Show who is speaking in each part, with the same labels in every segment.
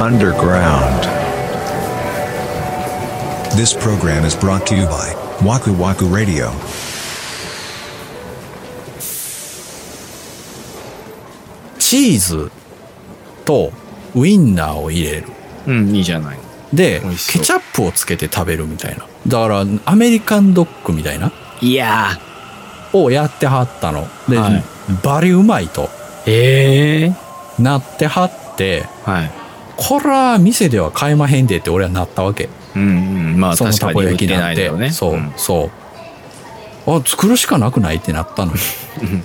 Speaker 1: underground.
Speaker 2: This program is brought to you by Waku Waku Radio.
Speaker 3: チーズとウインナーを入れる
Speaker 4: うん、いいじゃない。
Speaker 3: で
Speaker 4: 美味しそう
Speaker 3: ケチャップをつけて食べるみたいなだからアメリカンドッグみたいない
Speaker 4: や
Speaker 3: をやってはったので、
Speaker 4: はい
Speaker 3: バリうまいと
Speaker 4: ー。ええ
Speaker 3: なってはって
Speaker 4: はい。
Speaker 3: こら店では買えまへんでって俺はなったわけ
Speaker 4: うんうん。まあ、
Speaker 3: その
Speaker 4: 確
Speaker 3: た
Speaker 4: か
Speaker 3: こ
Speaker 4: に売っ
Speaker 3: 焼き
Speaker 4: て
Speaker 3: な
Speaker 4: なんいだ
Speaker 3: て
Speaker 4: ろうね。
Speaker 3: そう、
Speaker 4: うん
Speaker 3: そうあ作るしかなくないってなったのよ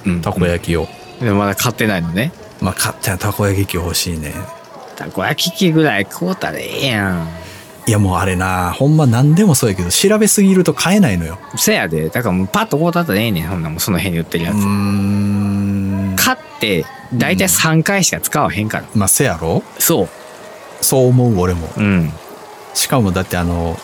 Speaker 4: うんうん
Speaker 3: たこ焼きを、
Speaker 4: でもまだ買ってないのね。
Speaker 3: まあ買ったらたこ焼き器欲しいね
Speaker 4: たこ焼き器ぐらい買うたらええやん。
Speaker 3: いやもうあれなほんま何でもそうやけど調べすぎると買えないのよ
Speaker 4: せやで。だからもうパッと買うたったらええねん。ほんならもうその辺に売ってるや
Speaker 3: う
Speaker 4: つ。
Speaker 3: ーん
Speaker 4: 買って、だいたい3回しか使わへんから。
Speaker 3: まあせやろ
Speaker 4: そ
Speaker 3: そう思う俺も
Speaker 4: う。うん。
Speaker 3: しかもだってあの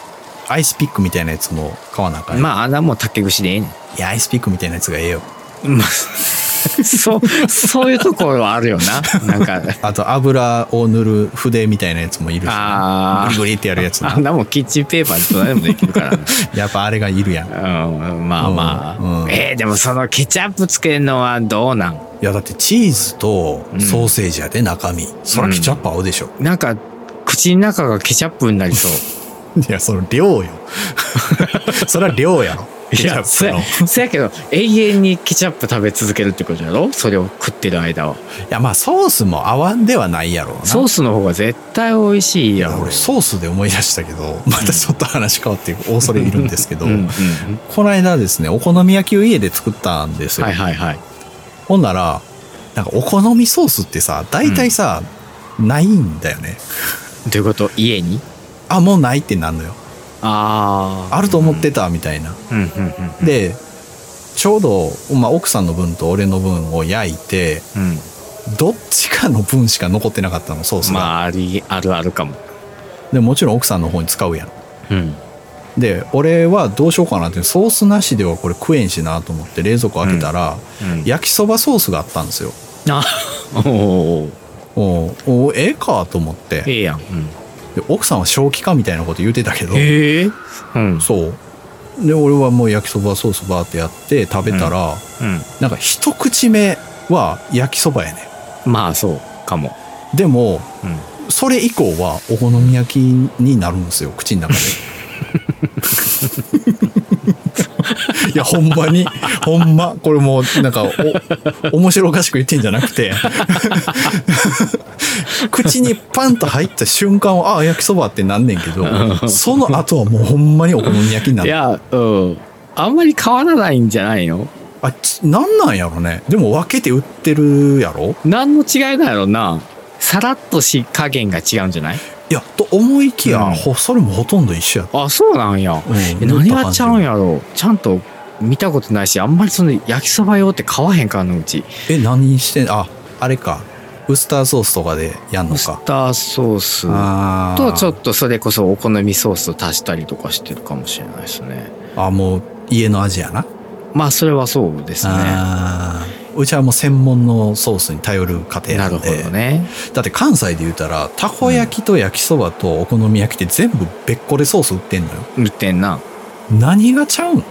Speaker 3: アイスピックみたいなやつも買わなあかんよ
Speaker 4: まあ、あんなもん竹串でええねん。
Speaker 3: いやアイスピックみたいなやつがええよ
Speaker 4: まあ、そう、そういうところはあるよな。なんか、
Speaker 3: あと油を塗る筆みたいなやつもいるし
Speaker 4: あ
Speaker 3: グリ
Speaker 4: ー
Speaker 3: グリってやるやつ
Speaker 4: あん
Speaker 3: な
Speaker 4: なもんキッチンペーパーでどうでもできるからな。
Speaker 3: やっぱあれがいるやんい
Speaker 4: うん、まあまあ。
Speaker 3: うんうん
Speaker 4: えーでもそのケチャップつけるのはどうなん
Speaker 3: やだってチーズとソーセージやで中身、そらケチャップ合うでしょ、
Speaker 4: なんか、口の中がケチャップになり そう。
Speaker 3: いやその 量よそら量やろケチャップ
Speaker 4: そ
Speaker 3: の
Speaker 4: や、 そやけど、永遠にケチャップ食べ続けるってことやろそれを食ってる間は。
Speaker 3: いやまあソースも合わんではないやろうな
Speaker 4: ソースの方が絶対美味しい
Speaker 3: い
Speaker 4: や
Speaker 3: や
Speaker 4: ろ
Speaker 3: 俺。ソースで思い出したけどまたちょっと話変わって恐れいるんですけど、
Speaker 4: うんうん。
Speaker 3: この間ですねお好み焼きを家で作ったんですよ、
Speaker 4: はいはいはい。
Speaker 3: ほんならなんかお好みソースってさ大体さ、ないんだよね
Speaker 4: ということ、家に
Speaker 3: あもうないってなんのよ
Speaker 4: ああ。
Speaker 3: あると思ってたみたいな、
Speaker 4: うんうんうんうん。
Speaker 3: でちょうど、まあ、奥さんの分と俺の分を焼いて
Speaker 4: うん。
Speaker 3: どっちかの分しか残ってなかったのソースが、
Speaker 4: まあ、あり、あるあるかも。
Speaker 3: でもちろん奥さんの方に使うやん
Speaker 4: うん。
Speaker 3: で俺はどうしようかなってソースなしではこれ食えんしなと思って冷蔵庫開けたら、
Speaker 4: うん
Speaker 3: 焼きそばソースがあったんですよ
Speaker 4: あ、おーおー
Speaker 3: おうおうええかと思って
Speaker 4: ええやん。
Speaker 3: で奥さんは正気かみたいなこと言ってたけど
Speaker 4: ええうん。
Speaker 3: そうで俺はもう焼きそばソースバーってやって食べたら、
Speaker 4: うん。
Speaker 3: なんか一口目は焼きそばやね
Speaker 4: まあ、そうかも。
Speaker 3: んでも
Speaker 4: うん。
Speaker 3: それ以降はお好み焼きになるんですよ口 の中でいやほんまにほんまこれもうなんかお面白おかしく言ってんじゃなくて 口にパンと入った瞬間はああ焼きそばってなんねんけどその後はもうほんまにお好み焼きにないる
Speaker 4: や、うん。あんまり変わらないんじゃないの
Speaker 3: あちなんなんやろねでも分けて売ってるやろ
Speaker 4: 何の違いだろうな。さらっとし加減が違うんじゃない
Speaker 3: いやと思いきや、
Speaker 4: うん
Speaker 3: ほそれもほとんど一緒やった
Speaker 4: あ、そうなんや。
Speaker 3: うん
Speaker 4: え何がちゃうんやろう。ちゃんと見たことないし、あんまりその焼きそば用って買わへんからのうち。
Speaker 3: え何してんああれかウスターソースとかでやんの
Speaker 4: ウス
Speaker 3: か
Speaker 4: ターソース
Speaker 3: あ
Speaker 4: とちょ
Speaker 3: と
Speaker 4: っとそれこそお好みソースを足したりとかしてるかもしれないですね。
Speaker 3: あもう家の味やな、
Speaker 4: まあそれはそうですね。
Speaker 3: あーうちはもう専門のソースに頼る家庭
Speaker 4: な
Speaker 3: な
Speaker 4: る
Speaker 3: ん
Speaker 4: ほ
Speaker 3: で
Speaker 4: どね。
Speaker 3: だって関西で言うたらたこ焼きと焼きそばとお好み焼きって全部別個でソース売ってんのよ
Speaker 4: 売ってんな。
Speaker 3: 何がちゃうんっ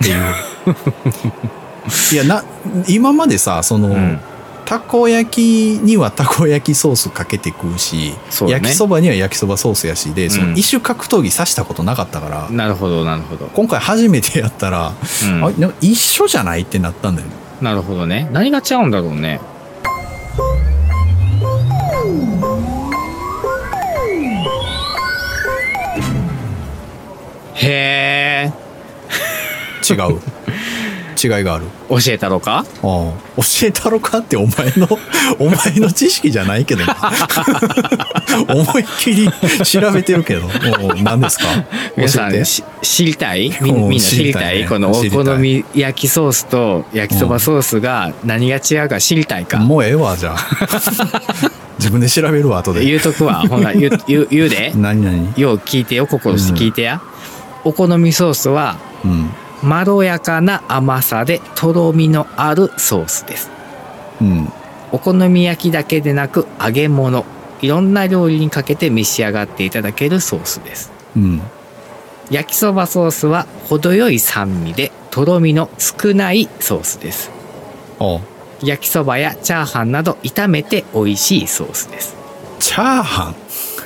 Speaker 3: ていう いやな今までさその、
Speaker 4: うん
Speaker 3: たこ焼きにはたこ焼きソースかけて食うし
Speaker 4: そうね
Speaker 3: 焼きそばには焼きそばソースやしでそ
Speaker 4: うん
Speaker 3: の一種格闘技さしたことなかったから、
Speaker 4: なるほど、なるほど。
Speaker 3: 今回初めてやったら、
Speaker 4: うん
Speaker 3: あなんか一緒じゃないってなったんだよね
Speaker 4: なるほどね。何が違うんだろうね。へえ。
Speaker 3: 違 う違いがある
Speaker 4: 教えたろか
Speaker 3: ああ教えたろかってお前の お前の知識じゃないけど な思いっきり調べてるけどおう何ですか
Speaker 4: 皆さ
Speaker 3: 教え
Speaker 4: ん
Speaker 3: て
Speaker 4: し知りたいみ
Speaker 3: うん
Speaker 4: みんな
Speaker 3: 知
Speaker 4: 知
Speaker 3: り
Speaker 4: り
Speaker 3: た
Speaker 4: た
Speaker 3: い
Speaker 4: い
Speaker 3: ね
Speaker 4: このお
Speaker 3: 知りたい
Speaker 4: 好み焼きソースと焼きそばソースが何が違うか知りたいか。
Speaker 3: もうええわ じゃあ自分で調べるわ後で
Speaker 4: 言うとくわ。ほな、言う、言う 言うで。
Speaker 3: 何何
Speaker 4: よう聞いてよ、心して聞いてや。お好みソースは
Speaker 3: うん
Speaker 4: まろやかな甘さでとろみのあるソースです
Speaker 3: うん
Speaker 4: お好み焼きだけでなく揚げ物いろんな料理にかけて召し上がっていただけるソースです
Speaker 3: うん。
Speaker 4: 焼きそばソースは程よい酸味でとろみの少ないソースです
Speaker 3: あ、
Speaker 4: 焼きそばやチャーハンなど炒めて美味しいソースです
Speaker 3: チャーハン。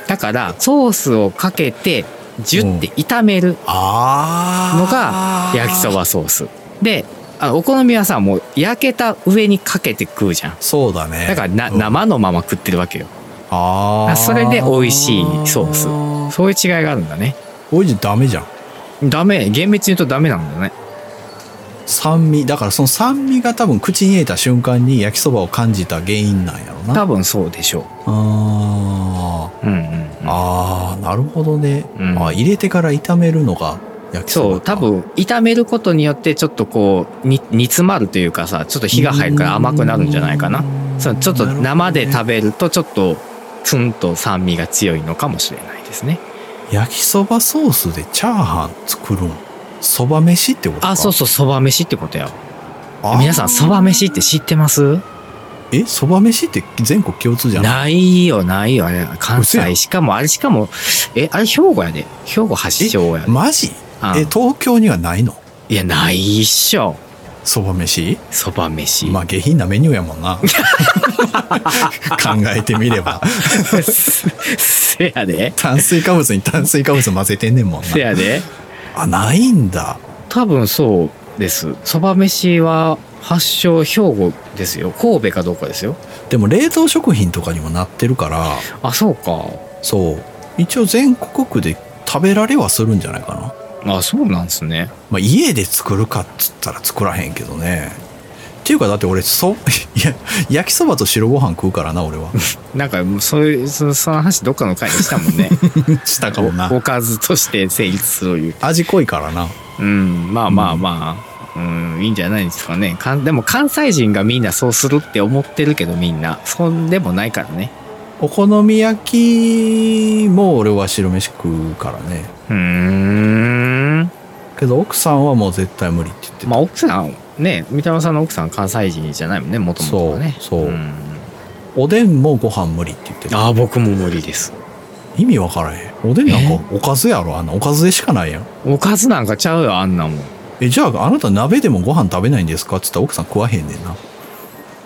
Speaker 4: だからソースをかけてジュって炒める
Speaker 3: あ
Speaker 4: のが
Speaker 3: あ。
Speaker 4: 焼きそ。ばソースであお好みはさもう焼けた上にかけて食うじゃん
Speaker 3: そうだね。
Speaker 4: だからな
Speaker 3: うん
Speaker 4: 生のまま食ってるわけよ
Speaker 3: ああ。
Speaker 4: それで美味しいソースそういう違いがあるんだね
Speaker 3: おいじダメじゃん。
Speaker 4: ダメ厳密に言うとダメなんだね
Speaker 3: 酸味。だからその酸味が多分口に入れた瞬間に焼きそばを感じた原因なんやろな。
Speaker 4: 多分そうでしょ
Speaker 3: あー
Speaker 4: ううんうんうん
Speaker 3: あー、なるほどね。
Speaker 4: うん
Speaker 3: あ入れてから炒めるのが焼きそば
Speaker 4: そう
Speaker 3: か
Speaker 4: 多。分炒めることによってちょっとこう煮煮詰まるというかさちょっと火が入るから甘くなるんじゃないかなそうちょっと生で食べるとちょっとツンと酸味が強いのかもしれないですね
Speaker 3: 焼きそばソースでチャーハン作るん。そば飯ってことか
Speaker 4: あそうそうそば飯ってことや
Speaker 3: あ
Speaker 4: 皆さんそば飯って知ってます
Speaker 3: え、そば飯って全国共通じゃない
Speaker 4: ないよないよあれ関
Speaker 3: 嘘や
Speaker 4: 西
Speaker 3: ん
Speaker 4: しかもあれしかもえあれ兵庫やで兵庫発祥やで
Speaker 3: マジ
Speaker 4: あん
Speaker 3: え、東京にはないの
Speaker 4: いやないっしょ
Speaker 3: そば飯
Speaker 4: そば飯、
Speaker 3: まあ下品なメニューやもんな。考えてみれば。
Speaker 4: せやで
Speaker 3: 炭水化物に炭水化物混ぜてんねんもん
Speaker 4: せ
Speaker 3: な。
Speaker 4: やで
Speaker 3: あ、ないんだ。
Speaker 4: 多分そうですそば飯は発祥兵庫ですよ神戸かどうかですよ
Speaker 3: でも冷凍食品とかにもなってるから、
Speaker 4: あそうか
Speaker 3: そう。一応全国区で食べられはするんじゃないかな。
Speaker 4: あそうなんですね
Speaker 3: まあ家で作るかっつったら作らへんけどね。っていうかだって俺、そ、 いや、焼きそばと白ご飯食うからな、俺は。
Speaker 4: なんかそういうそその話どっかの回にしたもんね
Speaker 3: した かも
Speaker 4: お
Speaker 3: な
Speaker 4: お。かずとして成立するいう
Speaker 3: 味濃いからな。
Speaker 4: うんまあまあまあ、うんいいんじゃないですかねかんでも関西人がみんなそうするって思ってるけどみんなそんでもないからね
Speaker 3: お好み焼きも俺は白飯食うからね。
Speaker 4: うーん
Speaker 3: けど奥さんはもう絶対無理って言ってた
Speaker 4: まあ奥さんね三田村さんの奥さん関西人じゃないもんねもともとはね
Speaker 3: そうそうんおでんもご飯無理って言ってた
Speaker 4: ああ僕も無理です
Speaker 3: 意味わからへんおでんなんかおかずやろあんなおかずでしかないやん
Speaker 4: おかずなんかちゃうよあんなもん
Speaker 3: えじゃああなた鍋でもご飯食べないんですかっつったら奥さん食わへんねんな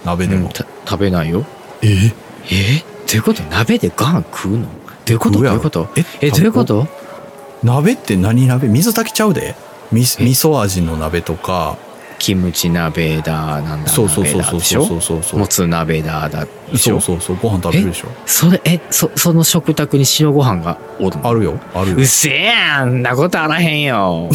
Speaker 3: 鍋で
Speaker 4: う
Speaker 3: も、
Speaker 4: んた食べないよ
Speaker 3: え
Speaker 4: えどういうこと鍋でガン食うのどういうこと
Speaker 3: 食う
Speaker 4: どう
Speaker 3: や
Speaker 4: い
Speaker 3: ろ
Speaker 4: うこと
Speaker 3: え
Speaker 4: えどういうこと
Speaker 3: 鍋って何鍋水炊きちゃうでみ味
Speaker 4: え
Speaker 3: 噌味の鍋とか
Speaker 4: キムチ鍋だなんだ
Speaker 3: そうそうそう
Speaker 4: 鍋だ
Speaker 3: そう
Speaker 4: でし
Speaker 3: そうそ
Speaker 4: ょ
Speaker 3: うそうそう
Speaker 4: もつ鍋だだでし
Speaker 3: そ
Speaker 4: ょ
Speaker 3: うそうそうご飯食べるでしょ
Speaker 4: それえそその食卓に白ご飯がおるの
Speaker 3: あるよあるよ
Speaker 4: うっせえやんなことあらへ んよ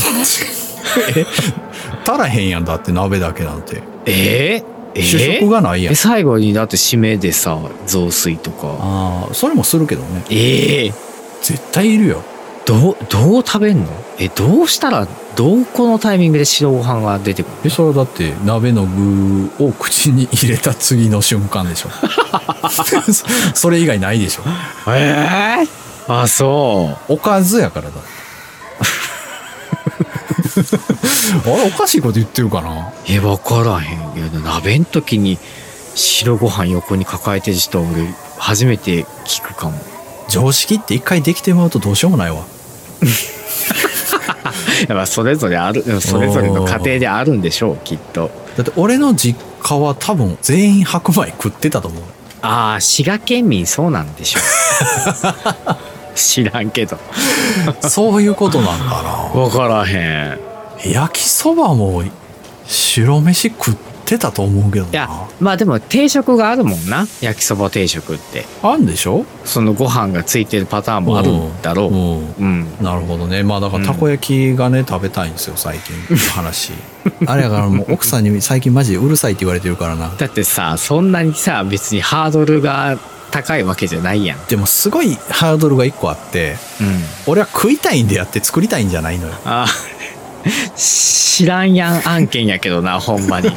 Speaker 3: 足らへんやんだって鍋だけなんて
Speaker 4: えー、え
Speaker 3: 主食がないやん
Speaker 4: え最後にだって締めでさ雑炊とか
Speaker 3: ああそれもするけどね
Speaker 4: ええ
Speaker 3: 絶対いるよ
Speaker 4: どうどう食べんのえどうしたらどうこのタイミングで白ご飯が出てくる
Speaker 3: えそれはだって鍋の具を口に入れた次の瞬間で しょそそれ以外ないでしょ
Speaker 4: ええあそ
Speaker 3: おかずや からだあれおかしいこと言ってるかな
Speaker 4: うえ分からへんけど鍋ん時に白ご飯横に抱えてる人俺初めて聞く かも
Speaker 3: 常識って一回できてもらうとどうしようもないわ
Speaker 4: やっぱそれぞれあるそれぞれの家庭であるんでしょうきっと
Speaker 3: だって俺の実家は多分全員白米食ってたと思う
Speaker 4: ああ滋賀県民そうなんでしょ う知らんけど
Speaker 3: そういうことなんか
Speaker 4: 分からへん
Speaker 3: な焼きそばも白飯食ってたと思うけど
Speaker 4: いや
Speaker 3: な
Speaker 4: まあでも定食があるもんな焼きそば定食って
Speaker 3: あんでしょ
Speaker 4: そのご飯がついてるパターンもあるんだろう
Speaker 3: うん
Speaker 4: うん
Speaker 3: なるほどねまあだからたこ焼きがね、食べたいんですよ最近っていう話 あれやからもう奥さんに最近マジでうるさいって言われてるからな
Speaker 4: だってさそんなにさ別にハードルが高いわけじゃないやんうん
Speaker 3: でもすごいハードルが一個あって俺は食いたいんでやって作りたいんじゃないのよ
Speaker 4: あ 知らんやん案件やけどなほんまに